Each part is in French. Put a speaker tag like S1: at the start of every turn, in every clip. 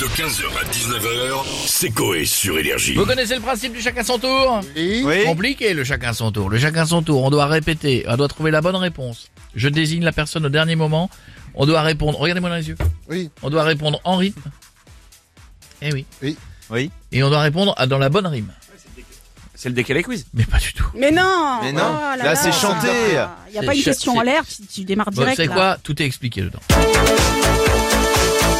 S1: De 15h à 19h, c'est Coé sur Énergie.
S2: Vous connaissez le principe du chacun son tour
S3: Oui.
S2: Compliqué le chacun son tour. Le chacun son tour, on doit répéter, on doit trouver la bonne réponse. Je désigne la personne au dernier moment. On doit répondre, regardez-moi dans les yeux.
S3: Oui.
S2: On doit répondre en rythme. Eh oui.
S3: Oui.
S2: Et on doit répondre à- dans la bonne rime.
S4: C'est le décalé quiz.
S2: Mais pas du tout.
S5: Mais non Oh
S3: Mais non. Là, c'est chanté.
S5: Il n'y a
S2: C'est
S5: pas une
S2: cha-
S5: question
S2: c'est-
S5: en l'air, tu, tu démarres
S2: Bon, vous
S5: direct.
S2: savez
S5: là.
S2: quoi Tout est expliqué dedans.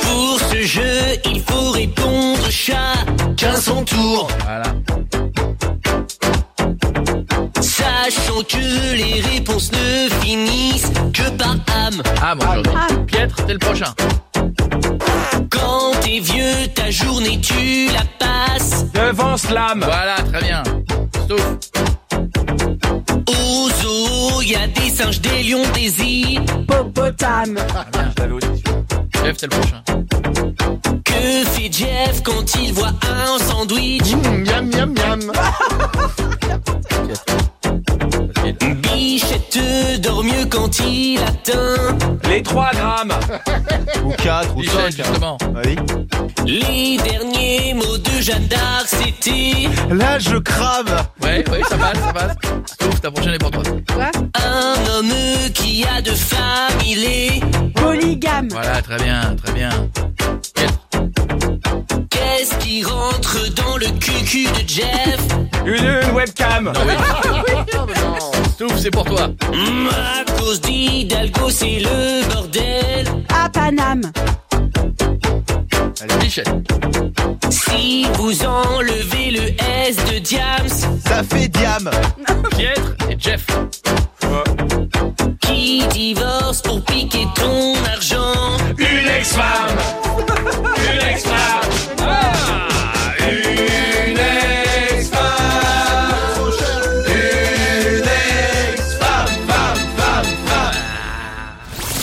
S6: Pour ce jeu, il faut répondre chacun son tour.
S2: Voilà.
S6: Sachant que les réponses ne finissent que par âme.
S2: Ah, moi j'entends.
S5: Ah,
S2: Pietre, t'es le prochain.
S6: Quand t'es vieux, ta journée tu la passes
S4: Devant Slam.
S2: Voilà, très bien. Stouff.
S6: au zoo. Y a des singes, des lions, des
S5: hippopotame.
S2: Jeff, t'es le prochain.
S6: Que fait Jeff quand il voit un sandwich
S3: Mmh, Miam, miam, miam.
S6: Bichette dort mieux quand il atteint
S4: Les 3 grammes.
S3: Ou 4 ou hein.
S2: Michel,
S3: 5.
S2: justement.
S3: Oui.
S6: les derniers mots de Jeanne d'Arc. C'était
S3: Là, je crame.
S2: Ouais, ouais, ça passe, ça passe. Stouff, ta prochaine est pour toi.
S5: Quoi
S6: un homme qui a de femmes. Il est
S5: Polygame.
S2: Voilà, très bien, très bien.
S6: Qu'est-ce qui rentre dans le cucu de Jeff
S4: Une, une webcam.
S2: Stouff, c'est pour toi.
S6: Hmm, À cause d'Hidalgo, c'est le bordel.
S5: À Paname.
S2: Michel.
S6: Si vous enlevez le S de Diams,
S3: Ça fait diam.
S2: Pietre et Jeff.
S6: qui divorce pour piquer ton argent
S4: Une ex-femme. Une ex-femme. Ah, une ex-femme. Une ex-femme. Femme, femme, femme.